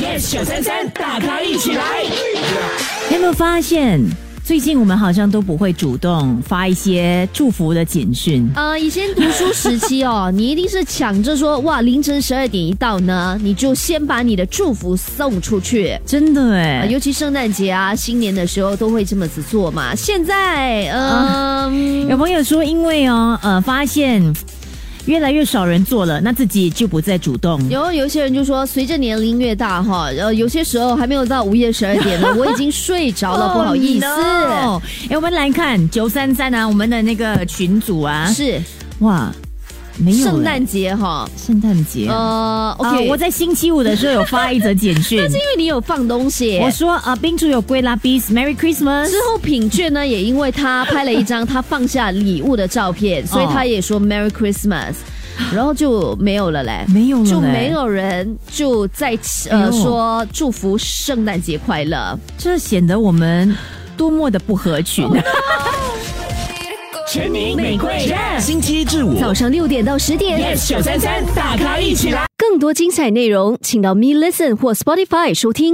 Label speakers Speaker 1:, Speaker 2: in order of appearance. Speaker 1: yes 九三三，大咖一起来。
Speaker 2: 你有没有发现，最近我们好像都不会主动发一些祝福的简讯？
Speaker 3: 呃，以前读书时期 哦，你一定是抢着说，哇，凌晨十二点一到呢，你就先把你的祝福送出去。
Speaker 2: 真的
Speaker 3: 呃
Speaker 2: 哎，
Speaker 3: 尤其圣诞节啊、新年的时候都会这么子做嘛。现在，呃
Speaker 2: 啊
Speaker 3: 嗯、
Speaker 2: 有朋友说，因为哦，呃，发现越来越少人做了，那自己就不再主动。
Speaker 3: 有有一些人就说，随着年龄越大哈，呃，有些时候还没有到午夜十二点 呢，我已经睡着了，不好意思。
Speaker 2: 哎、no 诶我们来看九三三啊，我们的那个群组啊，
Speaker 3: 是
Speaker 2: 哇，没有了
Speaker 3: 圣诞节哈，
Speaker 2: 圣诞节啊、
Speaker 3: 呃
Speaker 2: 啊
Speaker 3: ，OK，、
Speaker 2: 我在星期五的时候有发一则简讯
Speaker 3: 但是，因为你有放东西，
Speaker 2: 我说啊，冰主有归啦 b e s Merry Christmas。
Speaker 3: 之后品卷呢，也因为他拍了一张他放下礼物的照片，所以他也说 Merry Christmas，然后就没有了嘞，
Speaker 2: 没有了嘞
Speaker 3: 就没有人就在
Speaker 2: 哎
Speaker 3: 呃
Speaker 2: 呦
Speaker 3: 说祝福圣诞节快乐。
Speaker 2: 这显得我们多么的不合群。啊
Speaker 1: 全民玫瑰
Speaker 4: 星期一至五
Speaker 3: 早上六点到十点，
Speaker 1: yes 九三三，大咖一起来。
Speaker 3: 更多精彩内容，请到 Me Listen 或 Spotify 收听。